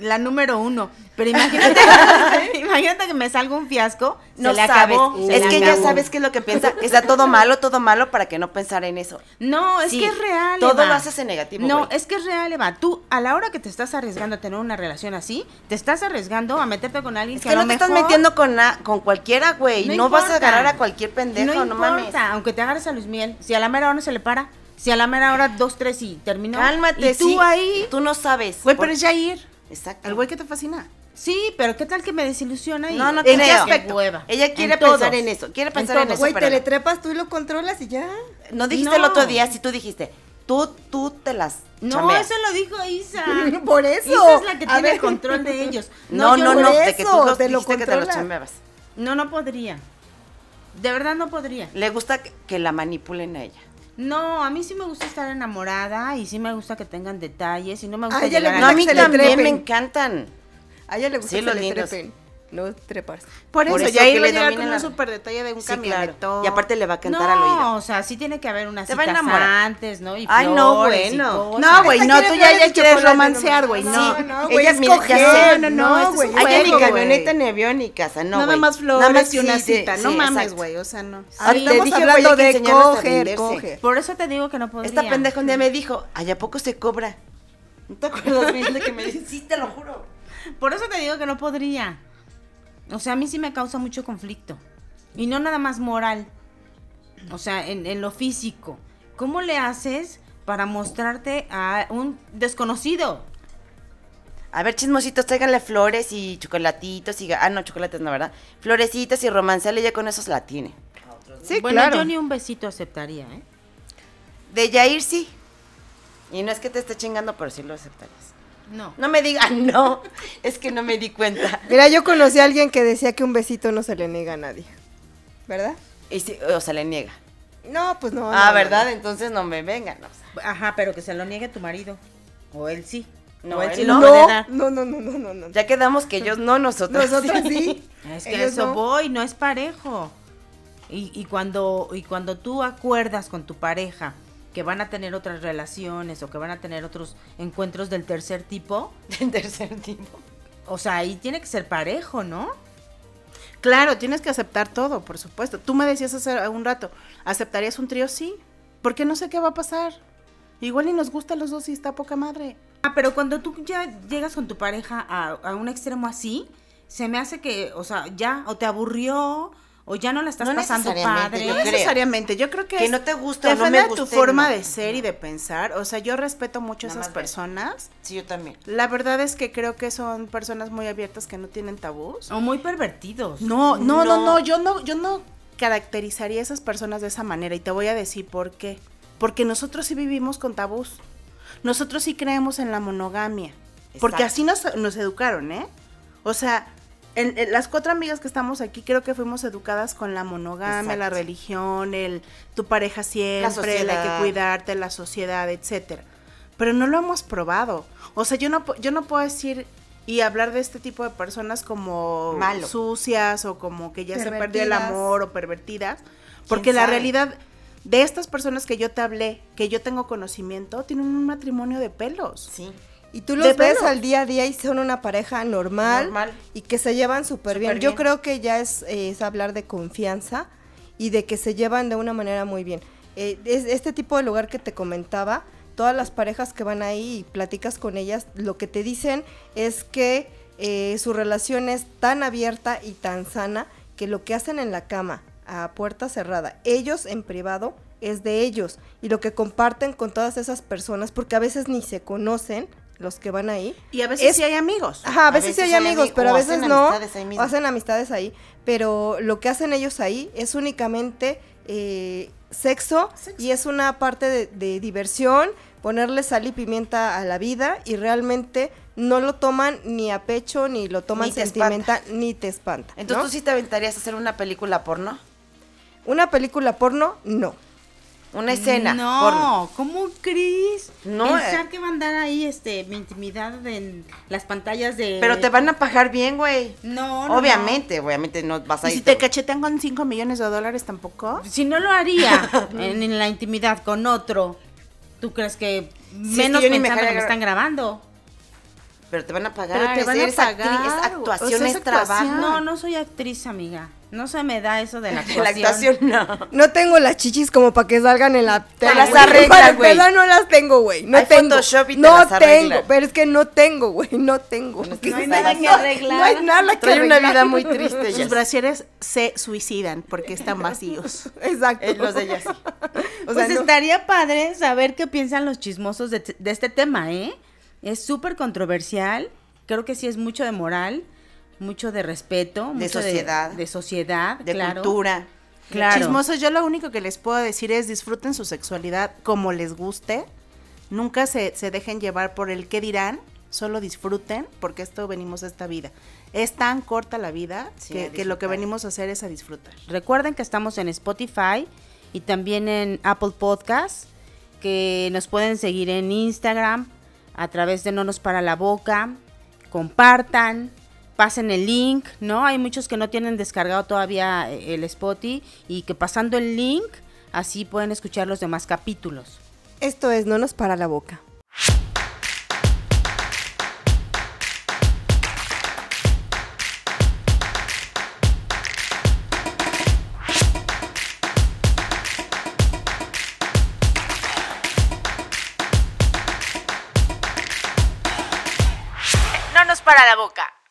Speaker 1: La número uno. Pero imagínate, imagínate que me salga un fiasco.
Speaker 3: No
Speaker 1: se la
Speaker 3: sabes.
Speaker 1: acabó. se
Speaker 3: es
Speaker 1: la
Speaker 3: que ya
Speaker 1: acabó.
Speaker 3: sabes qué es lo que piensa. Está todo malo, todo malo para que no pensara en eso.
Speaker 1: No, es
Speaker 3: Sí,
Speaker 1: que es real.
Speaker 3: todo
Speaker 1: Eva.
Speaker 3: lo haces en negativo,
Speaker 1: No,
Speaker 3: güey.
Speaker 1: es que es real, Eva. Tú, a la hora que te estás arriesgando a tener una relación así, te estás arriesgando a meterte con alguien
Speaker 3: Es
Speaker 1: que,
Speaker 3: que,
Speaker 1: a
Speaker 3: no
Speaker 1: lo
Speaker 3: te estás
Speaker 1: mejor
Speaker 3: metiendo con, na- con cualquiera, güey. No, vas a
Speaker 1: importa.
Speaker 3: agarrar a cualquier pendejo, no,
Speaker 1: no
Speaker 3: mames.
Speaker 1: importa, aunque te agarres a Luis Miguel. Si a la mera hora no se le para, si a la mera hora dos, tres y terminó.
Speaker 3: Cálmate,
Speaker 1: Y tú
Speaker 3: sí,
Speaker 1: ahí.
Speaker 3: Tú no sabes.
Speaker 2: Güey,
Speaker 3: Por-
Speaker 2: pero es Jair.
Speaker 3: Exacto.
Speaker 2: El güey que te fascina.
Speaker 1: Sí, pero ¿qué tal que me desilusiona? Y,
Speaker 3: No, no
Speaker 1: ¿En qué
Speaker 3: creo.
Speaker 1: aspecto? Hueva.
Speaker 3: Ella quiere
Speaker 1: En
Speaker 3: pensar
Speaker 1: todos.
Speaker 3: en eso, quiere pensar en
Speaker 1: todos.
Speaker 3: eso.
Speaker 4: Güey, te
Speaker 3: supéralo.
Speaker 4: le trepas tú y lo controlas y ya.
Speaker 3: No dijiste el
Speaker 1: No.
Speaker 3: otro día, si tú dijiste, tú, tú te las
Speaker 1: No,
Speaker 3: chameas.
Speaker 1: eso lo dijo Isa.
Speaker 4: Por eso.
Speaker 1: Isa Ah. es la que
Speaker 4: A
Speaker 1: tiene
Speaker 4: ver.
Speaker 1: control de ellos.
Speaker 3: No,
Speaker 1: yo
Speaker 3: no,
Speaker 4: por
Speaker 3: no,
Speaker 1: podría-
Speaker 3: de que tú
Speaker 4: eso,
Speaker 3: los
Speaker 4: te lo
Speaker 3: dijiste que te los
Speaker 4: controlas.
Speaker 3: chameabas.
Speaker 1: No, no podría. De verdad no podría.
Speaker 3: Le gusta que, que la manipulen a ella.
Speaker 1: No, a mí sí me gusta estar enamorada y sí me gusta que tengan detalles y no me gusta
Speaker 4: Ay, ya le
Speaker 1: llegar a
Speaker 3: No, a
Speaker 1: la-
Speaker 3: mí
Speaker 4: se le
Speaker 3: también
Speaker 4: trepen.
Speaker 3: me encantan.
Speaker 4: A ella le gusta
Speaker 3: Sí,
Speaker 4: que
Speaker 3: los
Speaker 4: le
Speaker 3: lindos.
Speaker 4: trepen. No treparse.
Speaker 2: Por eso,
Speaker 3: Por eso
Speaker 2: Jair
Speaker 3: que
Speaker 2: va a
Speaker 3: le
Speaker 2: llegar
Speaker 3: domina
Speaker 2: con
Speaker 3: la-
Speaker 2: un súper detalle de un
Speaker 3: Sí,
Speaker 2: camionetón.
Speaker 3: claro. Y aparte le va a cantar al
Speaker 1: No,
Speaker 3: oído.
Speaker 1: o sea, sí tiene que haber unas
Speaker 3: Te va a
Speaker 1: citas
Speaker 3: enamorar.
Speaker 1: antes, ¿no? Y
Speaker 3: Ay, no,
Speaker 1: flores y
Speaker 3: bueno.
Speaker 1: cosas.
Speaker 2: No, güey,
Speaker 4: Esta
Speaker 2: no,
Speaker 4: quiere
Speaker 2: tú ya,
Speaker 4: flores
Speaker 2: ya
Speaker 4: de
Speaker 2: quieres
Speaker 4: chocolate,
Speaker 2: romancear,
Speaker 4: no,
Speaker 2: güey.
Speaker 4: no,
Speaker 2: No,
Speaker 3: Sí,
Speaker 4: no, güey,
Speaker 3: ella
Speaker 4: es
Speaker 3: mira, ya
Speaker 4: coger,
Speaker 3: sé,
Speaker 4: no,
Speaker 3: no,
Speaker 4: no,
Speaker 3: esto es
Speaker 4: güey,
Speaker 3: un
Speaker 4: es
Speaker 3: Ella ni
Speaker 2: juego,
Speaker 3: camioneta,
Speaker 2: güey.
Speaker 3: ni avión, ni casa, no,
Speaker 2: nada
Speaker 3: güey.
Speaker 2: más flores y una
Speaker 3: sí, de-
Speaker 2: cita.
Speaker 3: sí,
Speaker 2: no mames,
Speaker 3: exacto.
Speaker 2: güey, o sea, no.
Speaker 3: Ah, te
Speaker 4: Estamos
Speaker 3: dije, güey,
Speaker 4: hablando
Speaker 3: hay que
Speaker 4: de
Speaker 3: enseñarles a
Speaker 4: coger,
Speaker 3: venderse.
Speaker 4: coger.
Speaker 1: Por eso te digo que no podría.
Speaker 3: Esta pendeja un día me dijo, ay, ¿a poco se cobra? ¿No te acuerdas bien de que me dices? Sí, te lo juro.
Speaker 1: Por eso te digo que no podría. O sea, a mí sí me causa mucho conflicto. Y no nada más moral. O sea, en, en lo físico. ¿Cómo le haces para mostrarte a un desconocido?
Speaker 3: A ver, chismositos, tráiganle flores y chocolatitos y... Ah, no, chocolates no, ¿verdad? Florecitas y romanceale, ella con esos la tiene.
Speaker 4: Sí,
Speaker 1: bueno,
Speaker 4: claro.
Speaker 1: yo ni un besito aceptaría, ¿eh?
Speaker 3: De Yair sí. Y no es que te esté chingando, pero sí lo aceptarías.
Speaker 1: No.
Speaker 3: No me digas, no, es que no me di cuenta.
Speaker 4: Mira, yo conocí a alguien que decía que un besito no se le niega a nadie. ¿Verdad?
Speaker 3: Y sí, o sea, le niega.
Speaker 4: No, pues no.
Speaker 3: ah,
Speaker 4: no,
Speaker 3: ¿verdad?
Speaker 4: no.
Speaker 3: Entonces no me vengan. o sea.
Speaker 1: Ajá, pero que se lo niegue tu marido. O él sí.
Speaker 3: No,
Speaker 1: o él,
Speaker 3: él
Speaker 1: sí lo
Speaker 3: no.
Speaker 4: No,
Speaker 1: puede dar.
Speaker 4: no, no, no, no, no, no.
Speaker 3: Ya quedamos que ellos no, nosotros
Speaker 4: Nosotros sí.
Speaker 1: Es que a
Speaker 4: Ellos
Speaker 1: eso
Speaker 4: no.
Speaker 1: voy, no es parejo. Y, y cuando, y cuando tú acuerdas con tu pareja que van a tener otras relaciones o que van a tener otros encuentros del tercer tipo,
Speaker 3: En tercer tipo.
Speaker 1: o sea, ahí tiene que ser parejo, ¿no?
Speaker 2: Claro, tienes que aceptar todo, por supuesto. Tú me decías hace un rato, ¿aceptarías un trío? Sí, porque no sé qué va a pasar. Igual y nos gusta a los dos y está poca madre.
Speaker 1: Ah, pero cuando tú ya llegas con tu pareja a, a un extremo así, se me hace que, o sea, ya o te aburrió o ya no la estás
Speaker 3: No
Speaker 1: pasando
Speaker 3: necesariamente,
Speaker 1: padre.
Speaker 3: yo
Speaker 2: No
Speaker 3: creo.
Speaker 2: necesariamente, yo creo que,
Speaker 3: Que
Speaker 2: es-
Speaker 3: no te guste o no
Speaker 2: depende
Speaker 3: me
Speaker 2: de tu
Speaker 3: guste,
Speaker 2: forma
Speaker 3: no.
Speaker 2: de ser y de pensar. O sea, yo respeto mucho a
Speaker 3: Nada
Speaker 2: esas
Speaker 3: más ve.
Speaker 2: personas.
Speaker 3: Sí, yo también.
Speaker 2: La verdad es que creo que son personas muy abiertas que no tienen tabús.
Speaker 1: O muy pervertidos.
Speaker 2: No, no, no,
Speaker 3: No.
Speaker 2: no, yo no, yo no caracterizaría a esas personas de esa manera y te voy a decir por qué. Porque nosotros sí vivimos con tabús. Nosotros sí creemos en la monogamia. Porque
Speaker 3: Exacto.
Speaker 2: así nos, nos educaron, ¿eh? O sea, en- en las cuatro amigas que estamos aquí creo que fuimos educadas con la monogamia, la
Speaker 3: Exacto.
Speaker 2: religión, el tu pareja siempre, la,
Speaker 3: sociedad.
Speaker 2: que cuidarte, la sociedad, etcétera. Pero no lo hemos probado. O sea, yo no, pu- yo no puedo decir y hablar de este tipo de personas como
Speaker 3: Malo.
Speaker 2: sucias o como que ya se perdió el
Speaker 4: Pervertidas.
Speaker 2: amor o pervertidas. Porque la
Speaker 3: sabe?
Speaker 2: realidad de estas personas que yo te hablé, que yo tengo conocimiento, tienen un matrimonio de pelos.
Speaker 3: Sí.
Speaker 4: Y tú los
Speaker 3: De
Speaker 4: ves
Speaker 3: plano.
Speaker 4: al día a día y son una pareja normal,
Speaker 3: Normal.
Speaker 4: y que se llevan súper bien.
Speaker 3: Súper
Speaker 4: Yo
Speaker 3: bien.
Speaker 4: creo que ya es, eh, es hablar de confianza y de que se llevan de una manera muy bien. Eh, es- este tipo de lugar que te comentaba, todas las parejas que van ahí y platicas con ellas, lo que te dicen es que eh, su relación es tan abierta y tan sana que lo que hacen en la cama a puerta cerrada, ellos en privado, es de ellos. Y lo que comparten con todas esas personas, porque a veces ni se conocen los que van ahí,
Speaker 2: Y a veces
Speaker 4: Es-
Speaker 2: sí hay amigos.
Speaker 4: Ajá, a
Speaker 3: A
Speaker 4: veces, sí
Speaker 3: veces
Speaker 4: hay
Speaker 3: hay
Speaker 4: amigos,
Speaker 3: ami-
Speaker 4: pero a
Speaker 3: o
Speaker 4: veces
Speaker 3: hacen
Speaker 4: no.
Speaker 3: amistades ahí
Speaker 4: o
Speaker 3: mismo.
Speaker 4: hacen amistades ahí. Pero lo que hacen ellos ahí es únicamente eh, sexo,
Speaker 2: Sexo.
Speaker 4: y es una parte de, de diversión, ponerle sal y pimienta a la vida y realmente no lo toman ni a pecho, ni lo toman
Speaker 3: Ni te
Speaker 4: sentimental, ni te espanta. ¿no?
Speaker 3: Entonces tú sí te aventarías a hacer una película porno,
Speaker 4: Una película porno, no.
Speaker 3: una escena
Speaker 1: No,
Speaker 3: porno.
Speaker 1: ¿cómo crees?
Speaker 3: No,
Speaker 1: Pensar
Speaker 3: eh.
Speaker 1: que va a andar ahí este, mi intimidad en las pantallas de...
Speaker 3: Pero te van a pagar bien, güey.
Speaker 1: No, no, no.
Speaker 3: obviamente, obviamente no vas a
Speaker 2: Y
Speaker 3: ir.
Speaker 2: si te cachetean con 5 millones de dólares tampoco.
Speaker 1: Si no lo haría en, en la intimidad con otro, ¿tú crees que
Speaker 3: es
Speaker 1: menos
Speaker 3: que yo ni
Speaker 1: pensando que
Speaker 3: me dejaría
Speaker 1: me
Speaker 3: gra-
Speaker 1: están grabando?
Speaker 3: pero te van a pagar.
Speaker 2: Pero te
Speaker 3: es-
Speaker 2: van a
Speaker 3: eres actriz,
Speaker 2: pagar,
Speaker 3: es actuación,
Speaker 2: o sea, es
Speaker 3: es, trabajo.
Speaker 2: actuación.
Speaker 1: No, no soy actriz, amiga. No se me da eso de la
Speaker 3: Ah. La
Speaker 1: actuación.
Speaker 3: actuación no.
Speaker 4: No tengo las chichis como para que salgan en la
Speaker 3: Te
Speaker 4: tele,
Speaker 3: las
Speaker 4: güey.
Speaker 3: arreglas,
Speaker 4: Para
Speaker 3: güey.
Speaker 4: empezar, no las tengo, güey. No
Speaker 3: Hay
Speaker 4: tengo.
Speaker 3: Photoshop y te
Speaker 4: no
Speaker 3: las
Speaker 4: tengo,
Speaker 3: arreglas.
Speaker 4: pero es que no tengo, güey. No tengo.
Speaker 3: No
Speaker 1: hay nada que
Speaker 4: No,
Speaker 1: arreglar.
Speaker 4: No hay nada que
Speaker 3: Trae una
Speaker 4: arreglar.
Speaker 3: vida muy triste.
Speaker 2: Sus
Speaker 3: ellas.
Speaker 2: brasieres se suicidan porque están vacíos.
Speaker 4: Exacto.
Speaker 3: Eh, los de ellas.
Speaker 4: O sea,
Speaker 1: pues
Speaker 4: no.
Speaker 1: estaría padre saber qué piensan los chismosos de, de este tema, ¿eh? Es súper controversial. Creo que sí es mucho de moral, mucho de respeto,
Speaker 3: De
Speaker 1: mucho
Speaker 3: sociedad.
Speaker 1: de, sociedad,
Speaker 3: De
Speaker 1: claro.
Speaker 3: cultura.
Speaker 1: Claro.
Speaker 2: Chismosos, yo lo único que les puedo decir es disfruten su sexualidad como les guste. Nunca se, se dejen llevar por el qué dirán. Solo disfruten porque esto venimos a esta vida. Es tan corta la vida
Speaker 3: Sí,
Speaker 2: que,
Speaker 3: a
Speaker 2: que lo que
Speaker 3: disfrutar.
Speaker 2: venimos a hacer es a disfrutar.
Speaker 1: Recuerden que estamos en Spotify y también en Apple Podcast, que nos pueden seguir en Instagram a través de No nos para la boca, compartan, pasen el link, ¿no? Hay muchos que no tienen descargado todavía eh, el Spotify y que pasando el link así pueden escuchar los demás capítulos.
Speaker 4: Esto es No nos para la boca.
Speaker 1: No nos para la boca.